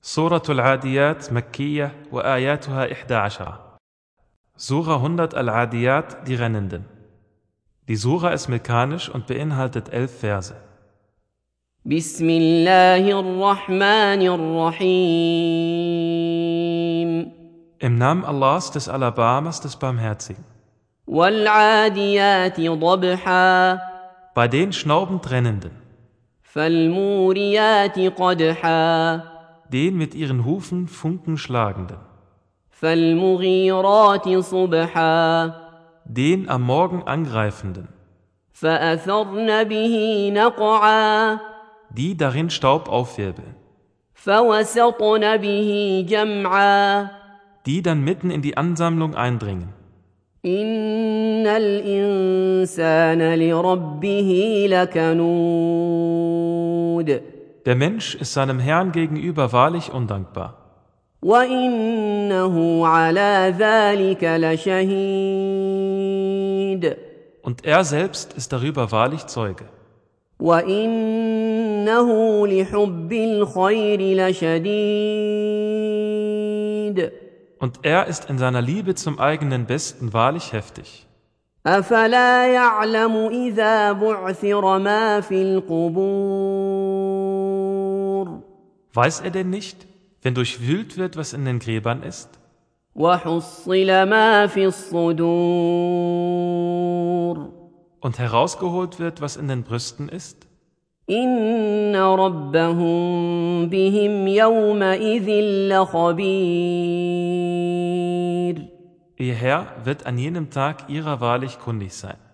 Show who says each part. Speaker 1: Surah Al-Adiyat Makkiyah wa ayatuha 11. Surah 100 Al-Adiyat, die Rennenden. Die Surah ist mekanisch und beinhaltet elf Verse.
Speaker 2: بسم الله الرحمن الرحيم
Speaker 1: Im Namen Allahs des Alabamas des Barmherzigen.
Speaker 2: والعاديات ضبحا
Speaker 1: Bei den schnaubend Rennenden,
Speaker 2: فالموريات قدحا
Speaker 1: den mit ihren Hufen Funken schlagenden,
Speaker 2: فالمغيرات صبحا
Speaker 1: den am Morgen angreifenden,
Speaker 2: فأثرن به نقعا
Speaker 1: die darin Staub aufwirbeln,
Speaker 2: فوسطن به جمعا
Speaker 1: die dann mitten in die Ansammlung eindringen.
Speaker 2: إن الإنسان لربه لكنود
Speaker 1: Der Mensch ist seinem Herrn gegenüber wahrlich undankbar.
Speaker 2: وإنه على ذلك لشهيد
Speaker 1: Und er selbst ist darüber wahrlich Zeuge.
Speaker 2: وإنه لحب الخير لشديد
Speaker 1: Und er ist in seiner Liebe zum eigenen Besten wahrlich heftig.
Speaker 2: أفلا يعلم إذا بعثر ما في القبور
Speaker 1: Weiß er denn nicht, wenn durchwühlt wird, was in den Gräbern ist?
Speaker 2: وحصل ما في الصدور
Speaker 1: Und herausgeholt wird, was in den Brüsten ist?
Speaker 2: إن ربهم بهم يومئذ لخبير
Speaker 1: Ihr Herr wird an jenem Tag ihrer wahrlich kundig sein.